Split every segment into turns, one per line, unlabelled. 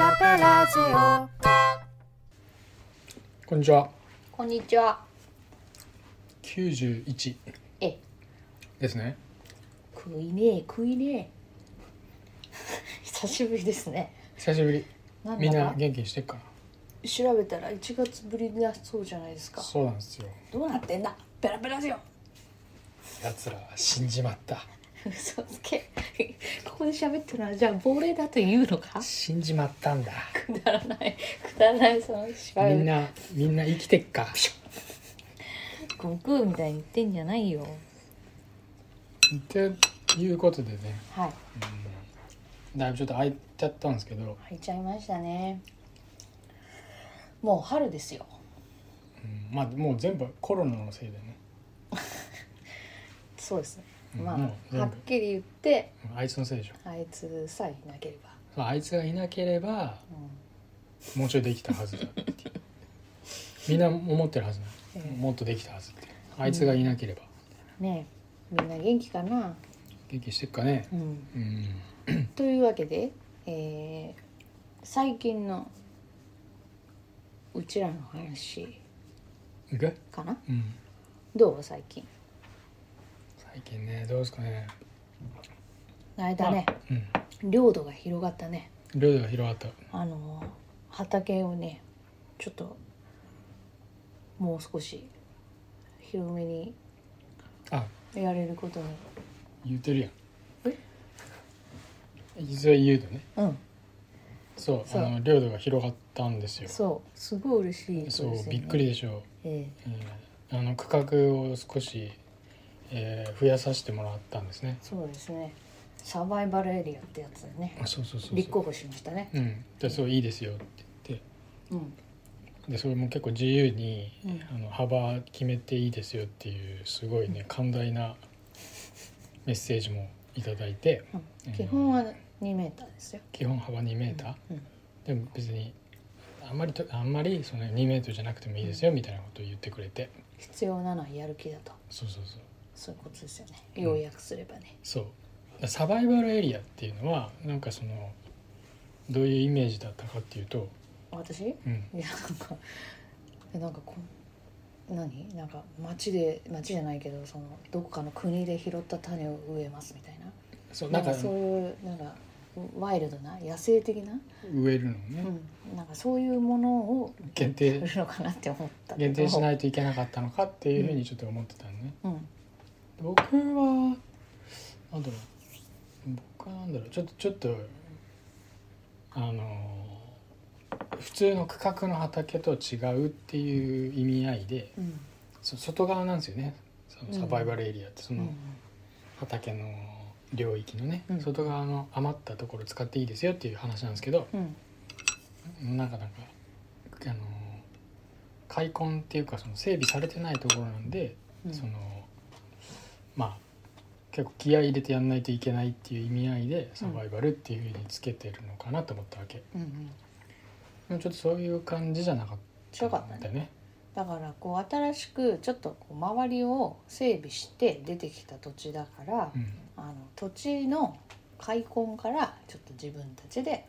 ラジオ
こんにちは。
こんにちは
91
え
ですね。
食いねえ 食いねえ久しぶりですね
久しぶり。
なん
みん
だ
な
か
元気にしてっか
調べたら1月ぶりだそうじゃないです
な。
か
そうなんですよ。
どうなってんだペラペラですよ
奴らは死んじまった。
嘘つけ ここで喋ってるのはじゃあ亡霊だというのか
死んじまったんだ。
くだらないくだらないその芝
み
居
んなみんな生きてっか。
悟空みたいに言ってんじゃないよ
っていうことでね、
はい
うんだいぶちょっと空いちゃったんですけど、
入っちゃいましたねもう春ですよ
うんまあもう全部コロナのせいでね。
そうですね
うん
ま
もう
あ
全
はっ
部
きり言って
あいつのせいでしょ。
あいつさえいなければ、
そうあいつがいなければ
う
もうちょいできたはずだっていう。みんな思ってるはずだ。
ええ
もっとできたはずって。あいつがいなければ。
んねえみんな元気かな、
元気してっかね。
うん、
うん。
というわけで、えー最近のうちらの話
いく
かな
うん。
どう最近
最近ね、どうですかね。
あれだね
うん。
領土が広がったね
領土が広がった。
あのー畑をねちょっともう少し広めに
あ、
やれることに
言ってるやん。
え
それ言うとね。
うん
そう、
そう
あの領土が広がったんですよ。そ、
そうすごい嬉しいうことですよね
びっくりでしょ
ええ
う。うん、あの区画を少し、えー増やさせてもらったんですね。
そうですねサバイバルエリアってやつだね
あ、そうそうそうそう。
立候補しましたね
うん。で、そういいですよって言っ
うん
て、で、それも結構自由に。
うん
あの幅決めていいですよっていうすごいね寛大なメッセージもいただいて
うん基本は2メーターですよ
基本幅2メーター、
うん
でも別にあんまりとあんまりその2メートルじゃなくてもいいですよみたいなことを言ってくれて
必要なのはやる気だと
そうそうそう
そういうことですよね
うん
要約すればね
そうだからサバイバルエリアっていうのはなんかそのどういうイメージだったかっていうと、
私い
うん、
やなんかえなんかこん何なんか町で町じゃないけどそのどこかの国で拾った種を植えますみたいな
そう
な
なんんか
かそういうなんかワイルドな野生的な、
植えるのを
う
ね、
ん、なんかそういうものを
限
売
定
るのかなって思ったけど
限定しないといけなかったのかっていうふうにちょっと思ってたのね、
うん
僕はなんだろう僕はなんだろうちょっとちょっとあの普通の区画の畑と違うっていう意味合いで
うん
そ外側なんですよねその
うん
サバイバルエリアってそうの
ん
畑の領域のね、
うん
外側の余ったところ使っていいですよっていう話なんですけど
うん
なんかなんかあの開墾っていうかその整備されてないところなんで
うん
そのまあ結構気合い入れてやんないといけないっていう意味合いでサバイバルっていうふうにつけてるのかなと思ったわけ、
うんうん
でもちょっとそういう感じじゃなかっ
強かったた
ん
ね
だよね
だからこう新しくちょっとこう周りを整備して出てきた土地だから、
うん
あの土地の開墾からちょっと自分たちで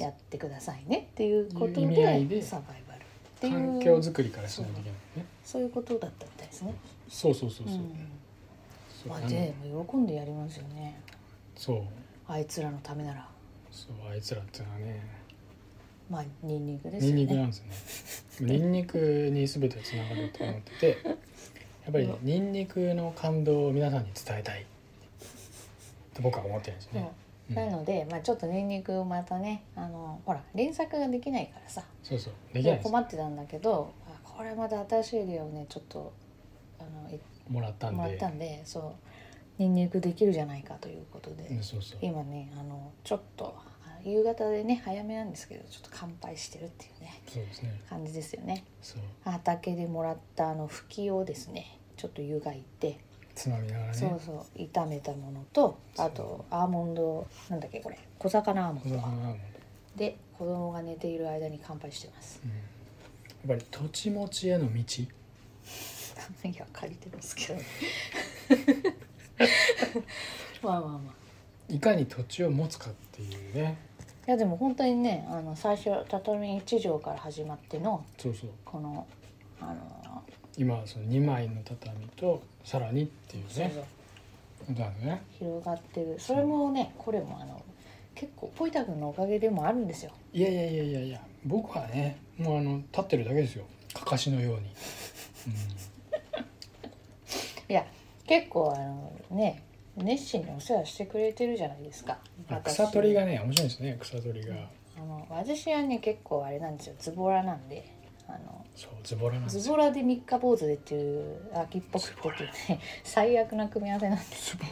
やってくださいねっていうこと
いう意味合い
で
で
サバイバルって
環境
いう
づくりからしないといけないね
そういうことだったみたいですね。
そうそうそうそう、
うん
そう
ま
あ
あ
の
でも喜んでやりますよね
そう
あいつらのためなら
そうあいつらっていうのはね
まあニンニクで
ニ
すよ
ンニクな
ね。
んです よねニンニクに全てつながると思っててやっぱりニンニクの感動を皆さんに伝えたいと僕は思ってるんですよね、
うんな
うん
ので、まあ、ちょっとニンニクをまたねあのほら連作ができないからさ
そうそうできないんですよ
困ってたんだけどあこれまた新しいエリアをねちょっとあのい
もらったんで
もらったんでそうニンニクできるじゃないかということで、
うんそうそう
今ねあのちょっとあ夕方でね早めなんですけどちょっと乾杯してるっていうね
そうですね
感じですよね
そう
畑でもらったあのふきをですねちょっと湯がいて、
つまみながら
そう
ね
そう炒めたものとあとアーモンドなんだっけこれ小魚アーモ
小
ンド
魚なの、うん、やっ
で子供が寝ている間に乾杯してます
ぱり土地持ちへの道
いや借りてますけどねまあまあまあ
いかに土地を持つかっていうね
いやでも本当にねあの最初畳1畳から始まっての
そうそう
このあの
今はその2枚の畳とさらにっていう
そう
ね
そう
だね
広がってるそれもねこれもあの結構ポイタ君のおかげでもあるんですよ
いやいやいやいやいや僕はねもうあの立ってるだけですよかかしのように、
いや結構あのね熱心にお世話してくれてるじゃないですか
うん、あ
私
草取りがね面白いですね草取りが、
あの私はね結構あれなんですよズボラなんであの
そうズボラなんです
ズボラで三日坊主でっていう秋っぽくてってね最悪な組み合わせなんで
ズボラ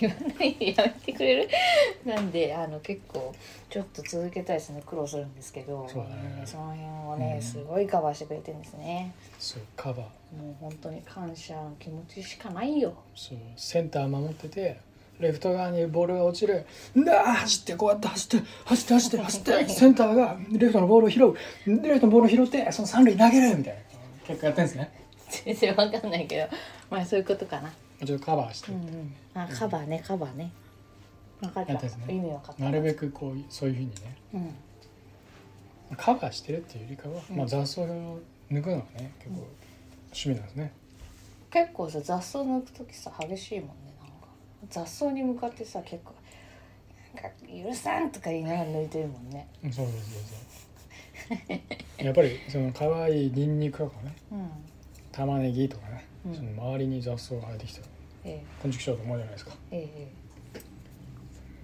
言わないでやめてくれる なんであの結構ちょっと続けたりするの苦労するんですけど
そうだね
その辺をね、
うん
すごいカバーしてくれてるんですね
そうカバー
もう本当に感謝の気持ちしかないよ
そうセンター守っててレフト側にボールが落ちるんだー走ってこうやって走って走って走って走ってセンターがレフトのボールを拾うでレフトのボールを拾ってその三塁投げるみたいな結果やってんですね
全然わかんないけどまあそういうことかな
ちょっとカバーして、
うんうんあカバーねカバーね分かった
やったですね
意味分かった
なるべくこうそういうふうにね
うん
カバーしてるっていうよりかは、
うん
まあ、雑草を抜くのがね結構趣味なんですね、
結構さ雑草抜く時さ激しいもんねなんか雑草に向かってさ結構「なんか許さん!」とか言いながら抜いてるもんね
うん、そうそうそうそうやっぱりその可愛いニンニクとかね
うん
玉ねぎとかね、
うん
その周りに雑草が生えてきたら
え
昆虫しようと思うじゃないですかや
えええ
っ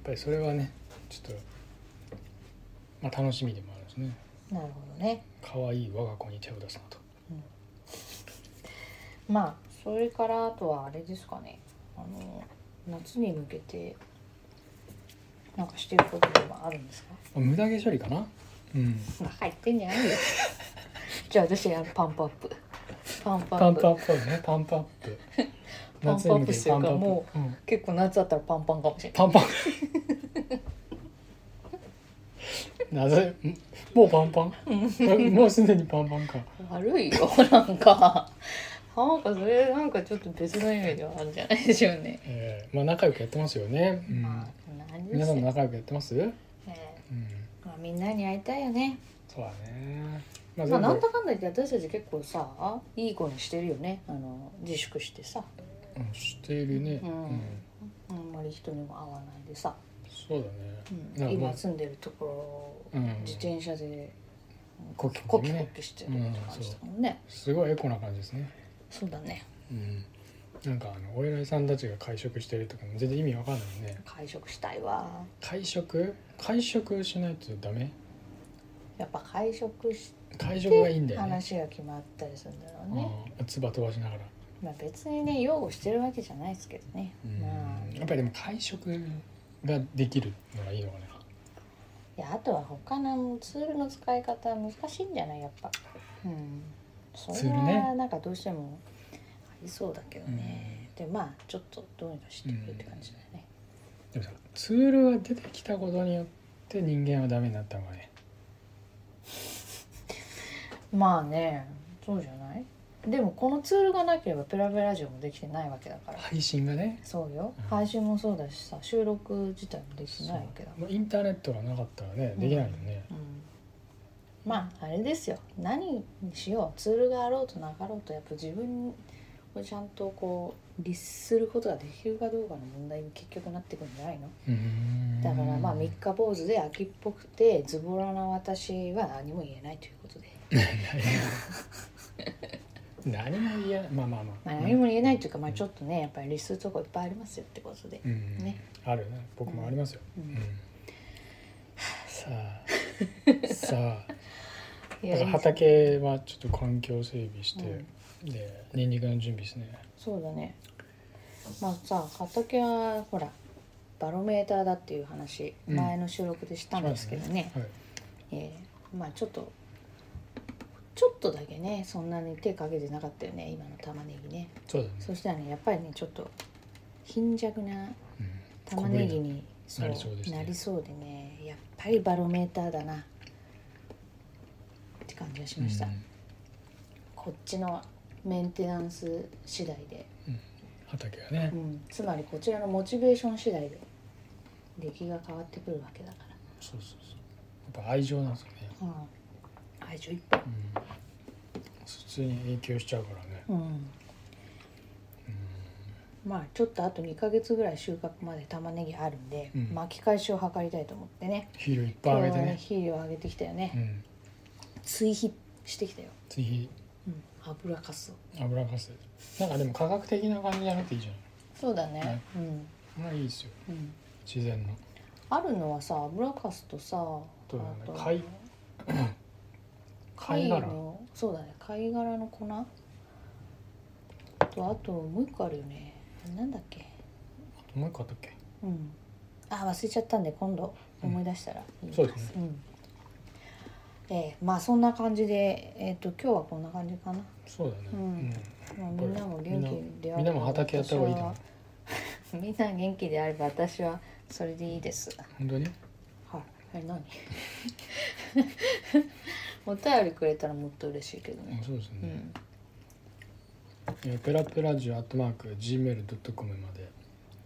ぱりそれはねちょっと、まあ、楽しみでもあるんですね
なるほどね、
可愛い我が子に手を出すなと
まあそれからあとはあれですかねあの夏に向けてなんかしてることでもあるんですか
あ無駄毛処理かなうん
まあ入ってんじゃないよ じゃあ私あのパンプアップパンプア
パ
ッ
ン
プ
プアップねパンプアップ
パンプアップしてるからも
う、うん
結構夏だったらパンパンかもしれない
パンパン なぜもうパンパンえもうすでにパンパン か
悪いよなんかなんかそれなんかちょっと別の意味ではあるんじゃないでしょうね、
えー、まあ仲良くやってますよね、うん
まあ何で
皆
す
さんも
よ、
仲良くやってますうん
ええまあ、みんなに会いたいよね
そうだねまあ
ま
全部、
あ、なんだかんだ言って私たち結構さいい子にしてるよねあの自粛してさ
うん、しているね、
う
うんん
あんまり人にも会わないでさ、
そうだね、
うん
なんかまあ
今住んでるところ、
うん
自転車で
コキ
コ
コキ
キコ
ね
キしてるって感じだもんね、
すごいエコな感じですね、
そうだね
うん、なんかあのお偉いさんたちが会食してるとかも全然意味わかんないよね
会食したいわ
会食会食しないとダメ
やっぱ会食し
会食がいいんだ
て
よね
話が決まったりするんだろうね
うん唾飛ばしながら、
まあ別にね擁護してるわけじゃないですけどね、まあ
やっぱりでも会食ができるのがいいのかない
やあとは他のツールの使い方は難しいんじゃないやっぱうんそ
ツ
れ
ール
は
ね
なんかどうしてもありそうだけどね、でまあちょっとどうにかしてくるって感じだよね、
でもさツールが出てきたことによって人間はダメになったのがね
まあねそうじゃないでもこのツールがなければペラペラジオもできてないわけだから
配信がね
そうよ
うん
配信もそうだしさ収録自体もできてないわけだ
そうもうインターネットがなかったらねできないよね、
うんまああれですよ何にしようツールがあろうとなかろうとやっぱ自分をちゃんとこう律することができるかどうかの問題に結局なってくるんじゃない
う
の
ーん
だからまあ三日坊主で秋っぽくてズボラな私は何も言えないということで、
何も言えないまあまあまあ、
まあ、何も言えないというかまあちょっとねやっぱり律するとこいっぱいありますよってことで、
うん、
ね
あるよね僕もありますよ、
う
うん
ん
さあさあ
い
だ
や
から畑はちょっと環境整備して、でニンニクの準備ですね
そうだねまあさ畑はほらバロメーターだっていう話、
うん
前の収録でしたんですけどね、
はい
えーまあちょっとちょっとだけねそんなに手かけてなかったよね今の玉ねぎね
そうだね
そしたらねやっぱりねちょっと貧弱な
うん
玉ねぎに
小ぶりななりそうですね
なりそうでねやっぱりバロメーターだなって感じがしました、
うん
こっちのメンテナンス次第で、
畑がね、
うん、つまりこちらのモチベーション次第で出来が変わってくるわけだから
そうそうそうやっぱ愛情なんですよね、
うん、愛情いっぱい、
うん、普通に影響しちゃうからね
うん、まあちょっとあと2ヶ月ぐらい収穫まで玉ねぎあるんで、
うん
巻き返しを図りたいと思ってね
ヒールいっぱい
今
あげて
日はね
ね
肥料をあげてきたよ
う
ね、
ん
追肥してきたよ、
ぜひ
うん、油かす
油かすなんかでも科学的な感じじゃなくていいじゃない
そうだね、うん、
これはいいですよ
うん、
自然の
あるのはさ油かすとさ
そうだね
あと
貝貝
貝
殻
のそうだね貝殻の粉とあともう一個あるよねなんだっけ
あともう一個あったっけ
うんあ忘れちゃったんで今度
うん
思い出したら言います
そうですね
んえーまあそんな感じで、えー、と今日はこんな感じかな、
そうだね
うんまあ、みんなも元気であ
み
れば
んなも畑やった方がいいと思う
私はみんな元気であれば私はそれでいいです
本当に
はいえ何 お便りくれたらもっと嬉しいけど
うん
ね、
そうです
う
ね
ん、
えーペラペラジオアットマーク Gmail.com まで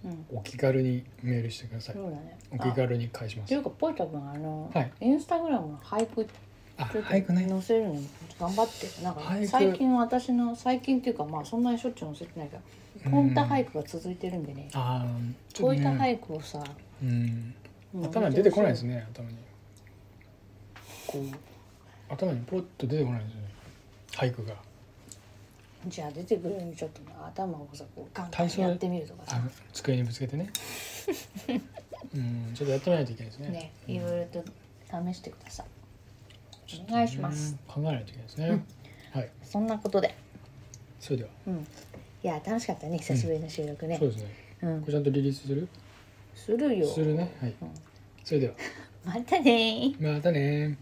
うん、
お気軽にメールしてください
そうだね
お気
あ
軽に返しま
って
す
いうかぽいたくんあの、
はい
インスタグラムの俳句
あ
ちょっと
早くね
載せるの頑張ってなんか
俳句
最近私の最近っていうかまあそんなにしょっちゅう載せてないけどこういった俳句が続いてるんでね
あーち
こ
ょっ
うい
と
った
ね
俳句をさ
うん
もう
頭に出てこないです
ね
ね頭にこう頭にポッと出てこないですね俳句が
じゃあ出てくるようにちょっと頭をさこうガンガ
体
ン
操
やってみるとか
あ
さ
の机にぶつけて ねうんちょっとやってみないといけないですね
ね
うん
いろいろと試してくださいお願いします
うん考えないといけないですね、はい
そんなことで
それでは
うんいや楽しかったね久しぶりの収録ね
そうですね
うん
これちゃんとリリースする
するよ
するねはい
うん
それでは
またねー
またね